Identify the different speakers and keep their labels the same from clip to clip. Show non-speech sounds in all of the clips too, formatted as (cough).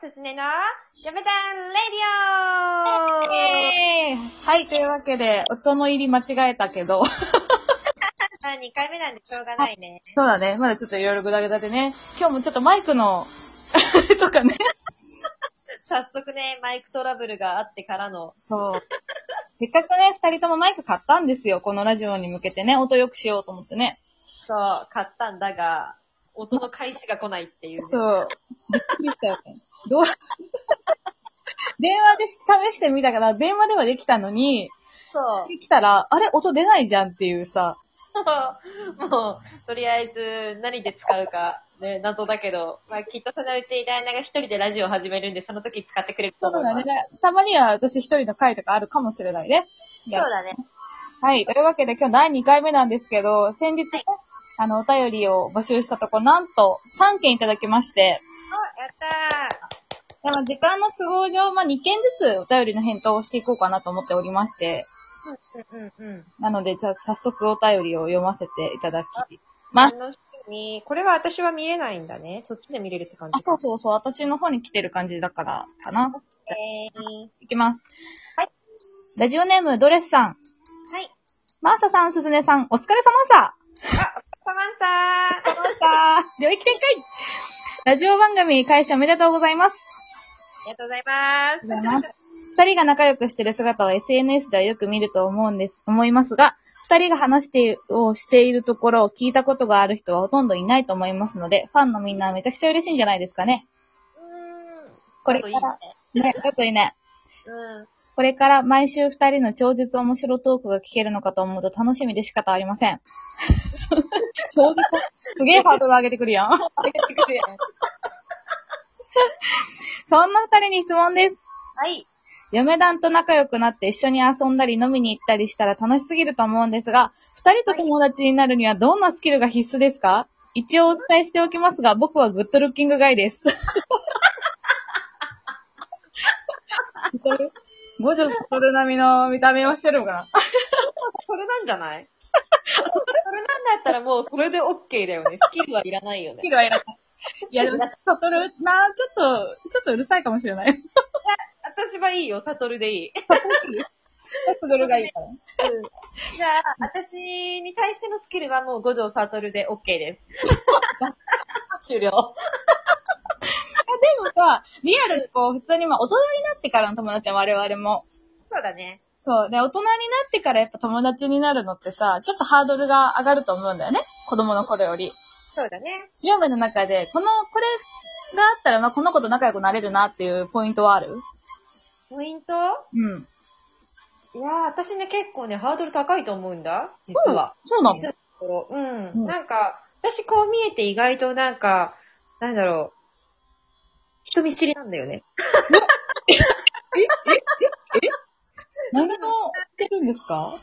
Speaker 1: と、すずめの、ジャムダンレディオ
Speaker 2: えーはい、というわけで、音の入り間違えたけ (laughs) ど。
Speaker 1: あ、2回目なんでしょうがないね。
Speaker 2: そうだね、まだちょっといろいろグダグダでね。今日もちょっとマイクの、 (laughs) とかね。
Speaker 1: 早速ね、マイクトラブルがあってからの、
Speaker 2: そう。 (laughs) せっかくね、二人ともマイク買ったんですよ。このラジオに向けてね、音良くしようと思ってね。
Speaker 1: そう、買ったんだが、音の返しが来ないっていうね、
Speaker 2: そう。びっくりしたよね。どう (laughs) 電話で試してみたから、電話ではできたのに、
Speaker 1: そう。
Speaker 2: 来たら、あれ音出ないじゃんっていうさ。
Speaker 1: そう。もう、とりあえず、何で使うか、ね、謎だけど、まあ、きっとそのうち、ダイアナが一人でラジオを始めるんで、その時使ってくれると
Speaker 2: そう
Speaker 1: 思い
Speaker 2: だ
Speaker 1: ます。
Speaker 2: ね。たまには私一人の回とかあるかもしれないね。
Speaker 1: そうだね。
Speaker 2: はい。というわけで今日第2回目なんですけど、先日ね、
Speaker 1: はい
Speaker 2: あの、お便りを募集したとこ、なんと3件いただきまして、
Speaker 1: あ、やった
Speaker 2: でも時間の都合上、まあ、2件ずつお便りの返答をしていこうかなと思っておりまして、
Speaker 1: ーうんうんうん。
Speaker 2: なので、じゃあ早速お便りを読ませていただき
Speaker 1: あ
Speaker 2: ます。
Speaker 1: の人に、これは私は見れないんだね。そっちで見れるって感
Speaker 2: あ
Speaker 1: じ、。
Speaker 2: そうそうそう、私の方に来てる感じだから、かな。
Speaker 1: えー、
Speaker 2: いきます。
Speaker 1: はい。
Speaker 2: ラジオネーム、ドレスさん。
Speaker 1: はい。
Speaker 2: マーシャさん、すずねさん、お疲れ様
Speaker 1: あ、
Speaker 2: さ。
Speaker 1: お疲れ様さん。
Speaker 2: さあ、領域展開ラジオ番組開始おめでとうございます。
Speaker 1: ありがとうございま
Speaker 2: ありがとうございます。二人が仲良くしてる姿を SNS ではよく見ると思うんです、思いますが、二人が話してをしているところを聞いたことがある人はほとんどいないと思いますので、ファンのみんなはめちゃくちゃ嬉しいんじゃないですかね。
Speaker 1: す。うーん。
Speaker 2: これから
Speaker 1: ちょっ
Speaker 2: ね、ちょっといいね。
Speaker 1: といいね。
Speaker 2: これから毎週二人の超絶面白トークが聞けるのかと思うと楽しみで仕方ありません。 (laughs) 超絶すげえハードル上げてくるやん。
Speaker 1: うん。てくれ。
Speaker 2: そんな二人に質問です。
Speaker 1: はい。
Speaker 2: 嫁団と仲良くなって一緒に遊んだり飲みに行ったりしたら楽しすぎると思うんですが、二人と友達になるにはどんなスキルが必須ですか一応お伝えしておきますが、僕はグッドルッキングガイです。五条トル並みの見た目をしてるのかな
Speaker 1: それなんじゃないそれなんだったらもうそれで OK だよね。スキルはいらないよね。
Speaker 2: スキルはいらない。いや、でも、サトル、なちょっと、ちょっとうるさいかもしれない。
Speaker 1: 私はいいよ、サトルでいい。
Speaker 2: サトルがいいから。
Speaker 1: じゃあ、私に対してのスキルはもう五条サトルで OK です。終了。
Speaker 2: でもさ、リアルにこう、普通にまあ、大人になってからの友達は我々も。
Speaker 1: そうだね。
Speaker 2: そう。で、大人になってからやっぱ友達になるのってさ、ちょっとハードルが上がると思うんだよね。子供の頃より。
Speaker 1: そうだね。
Speaker 2: 読むの中で、この、これがあったら、まあ、この子と仲良くなれるなっていうポイントはある
Speaker 1: ポイント
Speaker 2: うん。
Speaker 1: いやー、私ね、結構ね、ハードル高いと思うんだ。実は。
Speaker 2: そうなの
Speaker 1: 実のところ。うん。
Speaker 2: うん
Speaker 1: なんか、私こう見えて意外となんか、なんだろう。人見知りなんだよね。
Speaker 2: 何でも言ってるんですか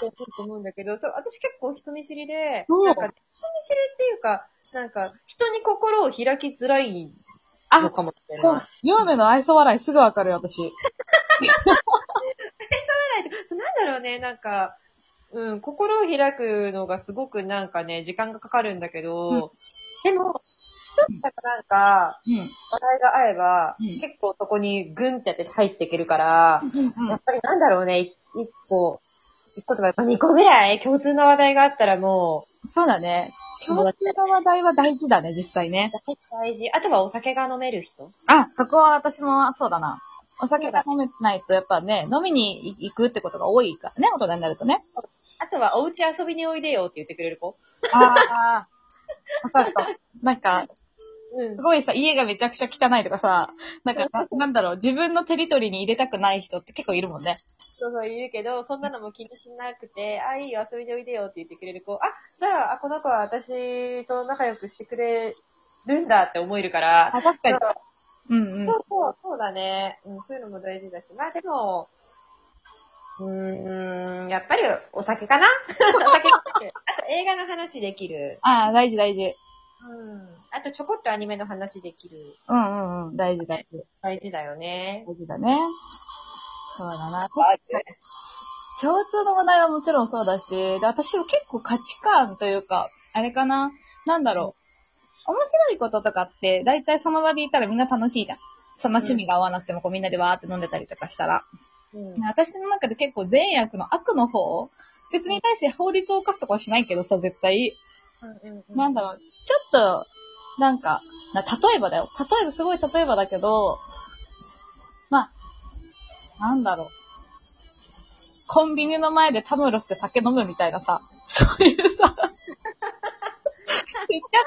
Speaker 1: そうそうと思うんだけど、そう、私結構人見知りで、
Speaker 2: うん
Speaker 1: なんか、人見知りっていうか、なんか、人に心を開きづらい
Speaker 2: あ
Speaker 1: のかもしれ
Speaker 2: こ
Speaker 1: な
Speaker 2: う
Speaker 1: い。、
Speaker 2: 読むの愛想笑いすぐわかるよ、私。
Speaker 1: そうなんだろうね、なんか、うん、心を開くのがすごくなんかね、時間がかかるんだけど、
Speaker 2: うん
Speaker 1: でも、ちょっとなんか、
Speaker 2: うん。
Speaker 1: 話題が合えば、
Speaker 2: うん
Speaker 1: 結構そこにグンってやって入っていけるから、やっぱりなんだろうね、い一個、一個とかやっぱ二個ぐらい共通の話題があったらも
Speaker 2: そうだね。共通の話題は大事だね、実際ね。
Speaker 1: う、大事。あとはお酒が飲める人。
Speaker 2: あ、そこは私も、そうだな。お酒が飲めてないと、やっぱね、飲みに行くってことが多いからね、大人になるとね。
Speaker 1: あとは、お家遊びにおいでよって言ってくれる子。
Speaker 2: ああ。わかるかも。なんか、
Speaker 1: うん
Speaker 2: す。ごいさ、家がめちゃくちゃ汚いとかさ、なんか、ななんだろう、自分のテリトリーに入れたくない人って結構いるもんね。
Speaker 1: そうそう言うけど、そんなのも気にしなくて、あ、いいよ、遊びにおいでよって言ってくれる子。あ、じゃあ、あこの子は私と仲良くしてくれるんだって思えるから。
Speaker 2: あ、確かに。うんうん。
Speaker 1: そうそう、そうだね。うん、そういうのも大事だし。まあでも、うーん、やっぱりお酒 (laughs) かなお酒あと映画の話できる。
Speaker 2: ああ、大事大事。
Speaker 1: うん。あとちょこっとアニメの話できる。
Speaker 2: うんうんうん。大事大事。
Speaker 1: 大事だよね。
Speaker 2: 大事だね。そうだな。
Speaker 1: あ
Speaker 2: 共通の話題はもちろんそうだし、で私は結構価値観というか、あれかな、なんだろう。面白いこととかって、だいたいその場でいたらみんな楽しいじゃん。そんな趣味が合わなくても、こうみんなでわーって飲んでたりとかしたら。
Speaker 1: うん。
Speaker 2: 私の中で結構善悪の悪の方別に対して法律を犯すとかはしないけどさ、絶対。
Speaker 1: うんうん。
Speaker 2: なんだろう、ちょっと、なんか、な例えばだよ。例えば、すごい例えばだけど、まあ、なんだろう。コンビニの前でタムロして酒飲むみたいなさ、そういうさ、 (laughs) ちっち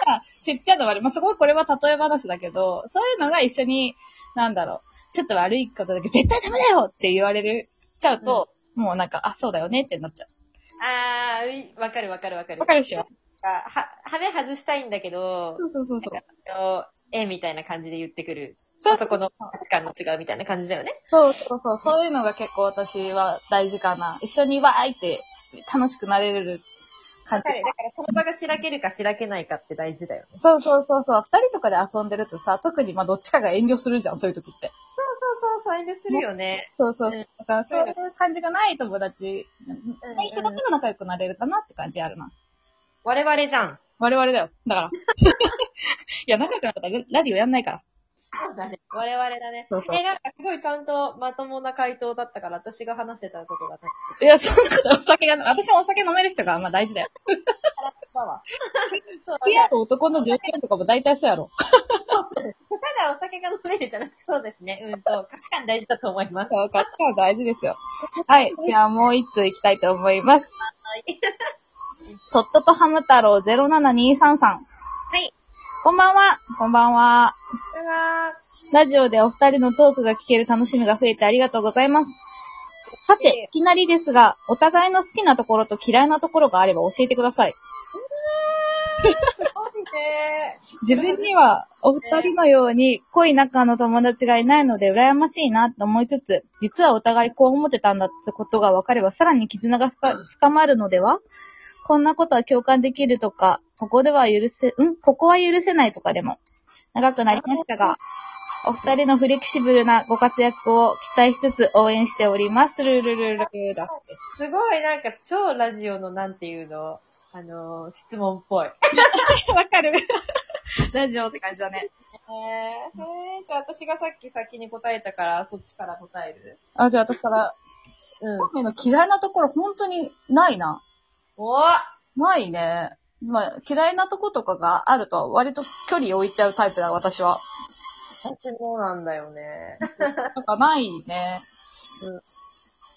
Speaker 2: ゃな、ちっちゃな悪い。まあ、すごいこれは例え話だけど、そういうのが一緒に、なんだろう、ちょっと悪いことだけど、絶対ダメだよって言われる、ちゃうと、もうなんか、あ、そうだよねってなっちゃ
Speaker 1: あーうい、わかるわかるわか
Speaker 2: う。
Speaker 1: る。
Speaker 2: わかるでしょ
Speaker 1: なんかは、はめ外したいんだけど
Speaker 2: そ、うそうそうそう。
Speaker 1: あのえみたいな感じで言ってくる。
Speaker 2: そう
Speaker 1: あそこの価値観の違うみたいな感じだよね。
Speaker 2: そうそうそう、そういうのが結構私は大事かな。一緒にわーいって楽しくなれる感
Speaker 1: わ
Speaker 2: じ
Speaker 1: か。る。だから、その場がしらけるかしらけないかって大事だよね。
Speaker 2: そうそうそうそう、二人とかで遊んでるとさ、特にまあどっちかが遠慮するじゃん、そういう時っ
Speaker 1: そ
Speaker 2: て。
Speaker 1: うそうそう、遠慮するよね。
Speaker 2: そうそうそう
Speaker 1: うん
Speaker 2: だからそういう感じがない友達、
Speaker 1: うん
Speaker 2: 一緒だったら仲良くなれるかなって感じあるな。
Speaker 1: 我々じゃん。
Speaker 2: 我々だよ。
Speaker 1: (laughs)
Speaker 2: だから。いや、仲良くなかったらラディオやんないから。
Speaker 1: そうだね。我々だね。
Speaker 2: そうそう
Speaker 1: え、なんかすごいちゃんとまともな回答だったから、私が話してたことがない。
Speaker 2: いや、そんなことお酒が、私もお酒飲める人がまあ大事だよ。
Speaker 1: だわ。そう
Speaker 2: 付き合う男の条件とかも大体そうやろ。
Speaker 1: ただお酒が飲めるじゃなくて、そうですね。うんと、価値観大事だと思います。
Speaker 2: そう、価値観大事ですよ。 (laughs) はい。じゃあもう一通行きたいと思います。
Speaker 1: はい。
Speaker 2: とっととハム太郎07233。
Speaker 1: はい。
Speaker 2: こんばんは。こんばんは。
Speaker 1: うわ
Speaker 2: ラジオでお二人のトークが聞ける楽しみが増えてありがとうございます。さ
Speaker 1: いえい
Speaker 2: て
Speaker 1: え、
Speaker 2: いきなりですが、お互いの好きなところと嫌いなところがあれば教えてください。
Speaker 1: ー、すごいね。
Speaker 2: 自分にはお二人のように濃い仲の友達がいないので羨ましいなと思いつつ、実はお互いこう思ってたんだってことが分かればさらに絆が深深まるのではこんなことは共感できるとか、ここでは許せ、んここは許せないとかでも。長くなりましたが、お二人のフレキシブルなご活躍を期待しつつ応援しております。ルルルルルだって。
Speaker 1: すごい、なんか超ラジオのなんていうの、あのー、質問っぽい。へ
Speaker 2: わかるラジオって感じだね。
Speaker 1: えー、へーじゃあ私がさっき先に答えたから、そっちから答える
Speaker 2: あ、じゃあ私から、
Speaker 1: うん。
Speaker 2: コンビの嫌いなところ本当にないな。
Speaker 1: おー
Speaker 2: ないね。まあ、嫌いなとことかがあると、割と距離置いちゃうタイプだ、私は。
Speaker 1: 私もなんだよね。
Speaker 2: なんかないね。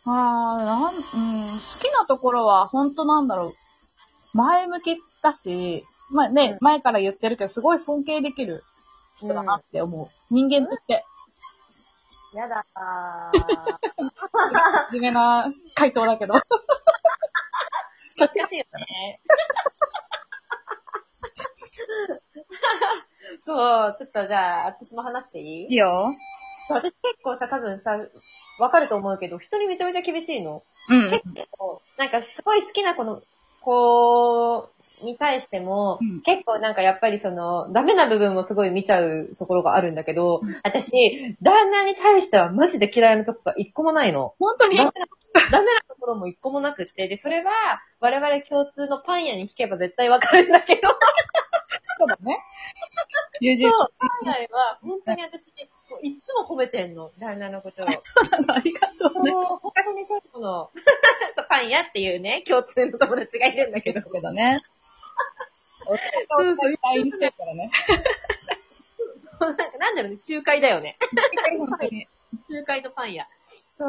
Speaker 2: あーなん、うん、好きなところは、ほんとなんだろう。前向きだし、まあね、
Speaker 1: うん
Speaker 2: 前から言ってるけど、すごい尊敬できる人だなって思う。人間として、
Speaker 1: (laughs) やだー。
Speaker 2: 真面目な回答だ (laughs) けど。
Speaker 1: 難しいよね。そう、ちょっとじゃあ、私も話していい
Speaker 2: よ。
Speaker 1: 私結構さ、多分さ、わかると思うけど、人にめちゃめちゃ厳しいの。
Speaker 2: うん。
Speaker 1: 結構、なんかすごい好きな子の、子に対しても、
Speaker 2: うん
Speaker 1: 結構なんかやっぱりその、ダメな部分もすごい見ちゃうところがあるんだけど、私、旦那に対してはマジで嫌いなとこが一個もないの。
Speaker 2: 本当
Speaker 1: (laughs)
Speaker 2: に
Speaker 1: ダメな、ダメなところも一個もなくて、で、それは、我々共通のパン屋に聞けば絶対わかるんだけど、
Speaker 2: そうだね。 (laughs)
Speaker 1: そ
Speaker 2: 友人 (laughs)
Speaker 1: う、パン屋は、本当に私、こういつも褒めてんの、旦那のことを。
Speaker 2: さんありがとうね。
Speaker 1: そう、本当にそうなの。 (laughs) そうパン屋っていうね、共通の友達がいるんだけど。
Speaker 2: けどね。
Speaker 1: そう
Speaker 2: そうそう、LINE してるからね。
Speaker 1: なんかなんだろうね、仲介だよね。
Speaker 2: 本当に
Speaker 1: 仲介とパン屋。そ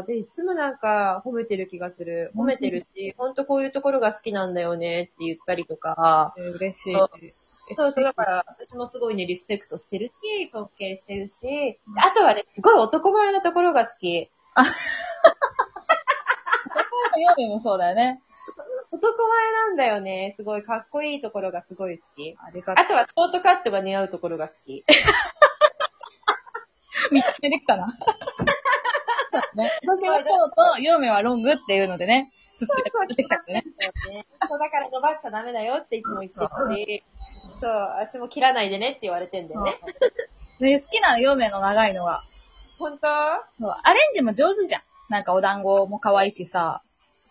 Speaker 1: う。で、いつもなんか褒めてる気がする。褒めてるし、ほんとこういうところが好きなんだよねって言ったりとか。
Speaker 2: 嬉しい。
Speaker 1: そうそうそう、だから私もすごいね、リスペクトしてるし、尊敬してるし、であとはね、すごい男前なところが好き。
Speaker 2: ヨミもそうだよね。
Speaker 1: 男前なんだよね。すごいかっこいいところがすごい好き。
Speaker 2: ありが
Speaker 1: あとはショートカットが似合うところが好き。
Speaker 2: う。見つけてきた (laughs) な。そうね。私はショーと、ヨミはロングっていうのでね。どっちが出てきたってね。
Speaker 1: そうね。そうだから伸ばしちゃダメだよっていつも言ってるし、そう、足も切らないでねって言われてんだよね。
Speaker 2: で好きなヨミの長いのは、
Speaker 1: 本当
Speaker 2: そうアレンジも上手じゃん。なんかお団子も可愛いしさ。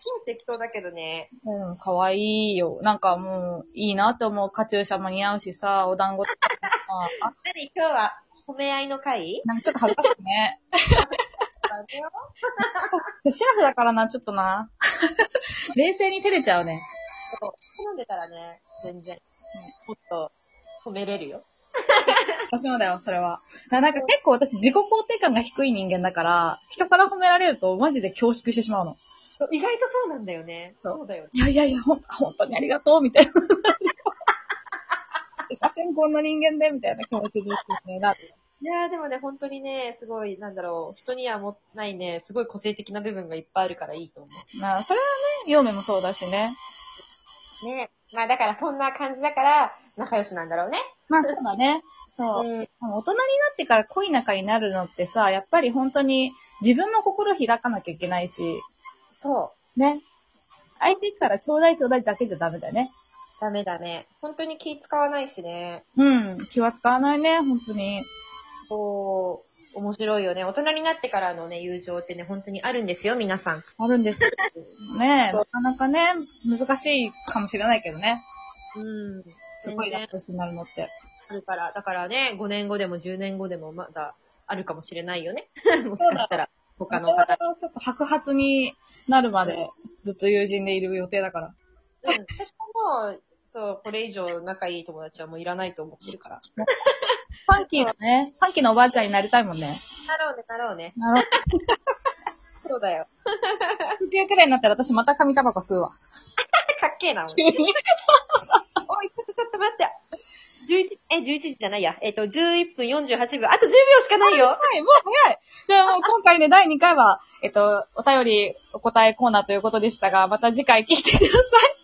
Speaker 1: 超適当だけどね。
Speaker 2: うん、かわいいよ。なんかもう、いいなって思う。カチューシャも似合うしさ、お団子とかもさ (laughs) あ、
Speaker 1: 何今日は褒め合いの会
Speaker 2: なんかちょっと恥ずかしいね。シラフだからな、ちょっとな。 (laughs) 冷静に照れちゃうね。
Speaker 1: 飲んでたらね、全然、もっと褒めれるよ。
Speaker 2: 私もだよ、それは。ななんか結構私自己肯定感が低い人間だから、人から褒められるとマジで恐縮してしまうの。
Speaker 1: 意外とそうなんだよね。
Speaker 2: そう
Speaker 1: そうだよね。
Speaker 2: いやいやいや、ほん、本当にありがとう、みたいな。すいません、こんな人間で、みたいな気持ちにしてね、なる。
Speaker 1: いやーでもね、本当にね、すごい、なんだろう、人にはもないね、すごい個性的な部分がいっぱいあるからいいと思
Speaker 2: まあ、それはね、嫁もそうだしね。
Speaker 1: う。ね。まあだからそんな感じだから、仲良しなんだろうね。
Speaker 2: まあ、そうだね。そう。
Speaker 1: ん。
Speaker 2: でも大人になってから恋仲になるのってさ、やっぱり本当に自分の心開かなきゃいけないし、
Speaker 1: そう。
Speaker 2: ね。相手からちょうだいちょうだいだけじゃダメだね。
Speaker 1: ダメだね。本当に気使わないしね。
Speaker 2: うん。気は使わないね、本当に。
Speaker 1: こう、面白いよね。大人になってからのね、友情ってね、本当にあるんですよ、皆さん。
Speaker 2: あるんですけど (laughs) ね。
Speaker 1: そう
Speaker 2: なかなかね、難しいかもしれないけどね。
Speaker 1: うん。
Speaker 2: すごい
Speaker 1: 全然
Speaker 2: 楽しになるのって。
Speaker 1: あるから。だからね、5年後でも10年後でもまだあるかもしれないよ (laughs) ね。もしかしたら、他の方。
Speaker 2: ちょっと白髪になるまでずっと友人でいる予定だから。
Speaker 1: うん。私はもう、そう、これ以上仲いい友達はもういらないと思ってるから。
Speaker 2: ファンキーのね、ファンキーのおばあちゃんになりたいもんね。
Speaker 1: なろうね、なろうね。
Speaker 2: なるほ
Speaker 1: そうだよ。
Speaker 2: ど。 (laughs) 中くらいになったら私また紙タバコ吸う (laughs) わ。
Speaker 1: かっけえな、おい。
Speaker 2: 急に。
Speaker 1: おい、ちょっとちょっと待って。11、え、11時じゃないや。えっ、と、11分48分。あと10秒しかないよ。
Speaker 2: はい、もう早い。じゃあもう今回ね、第2回は、えっと、お便りお答えコーナーということでしたが、また次回聞いてください。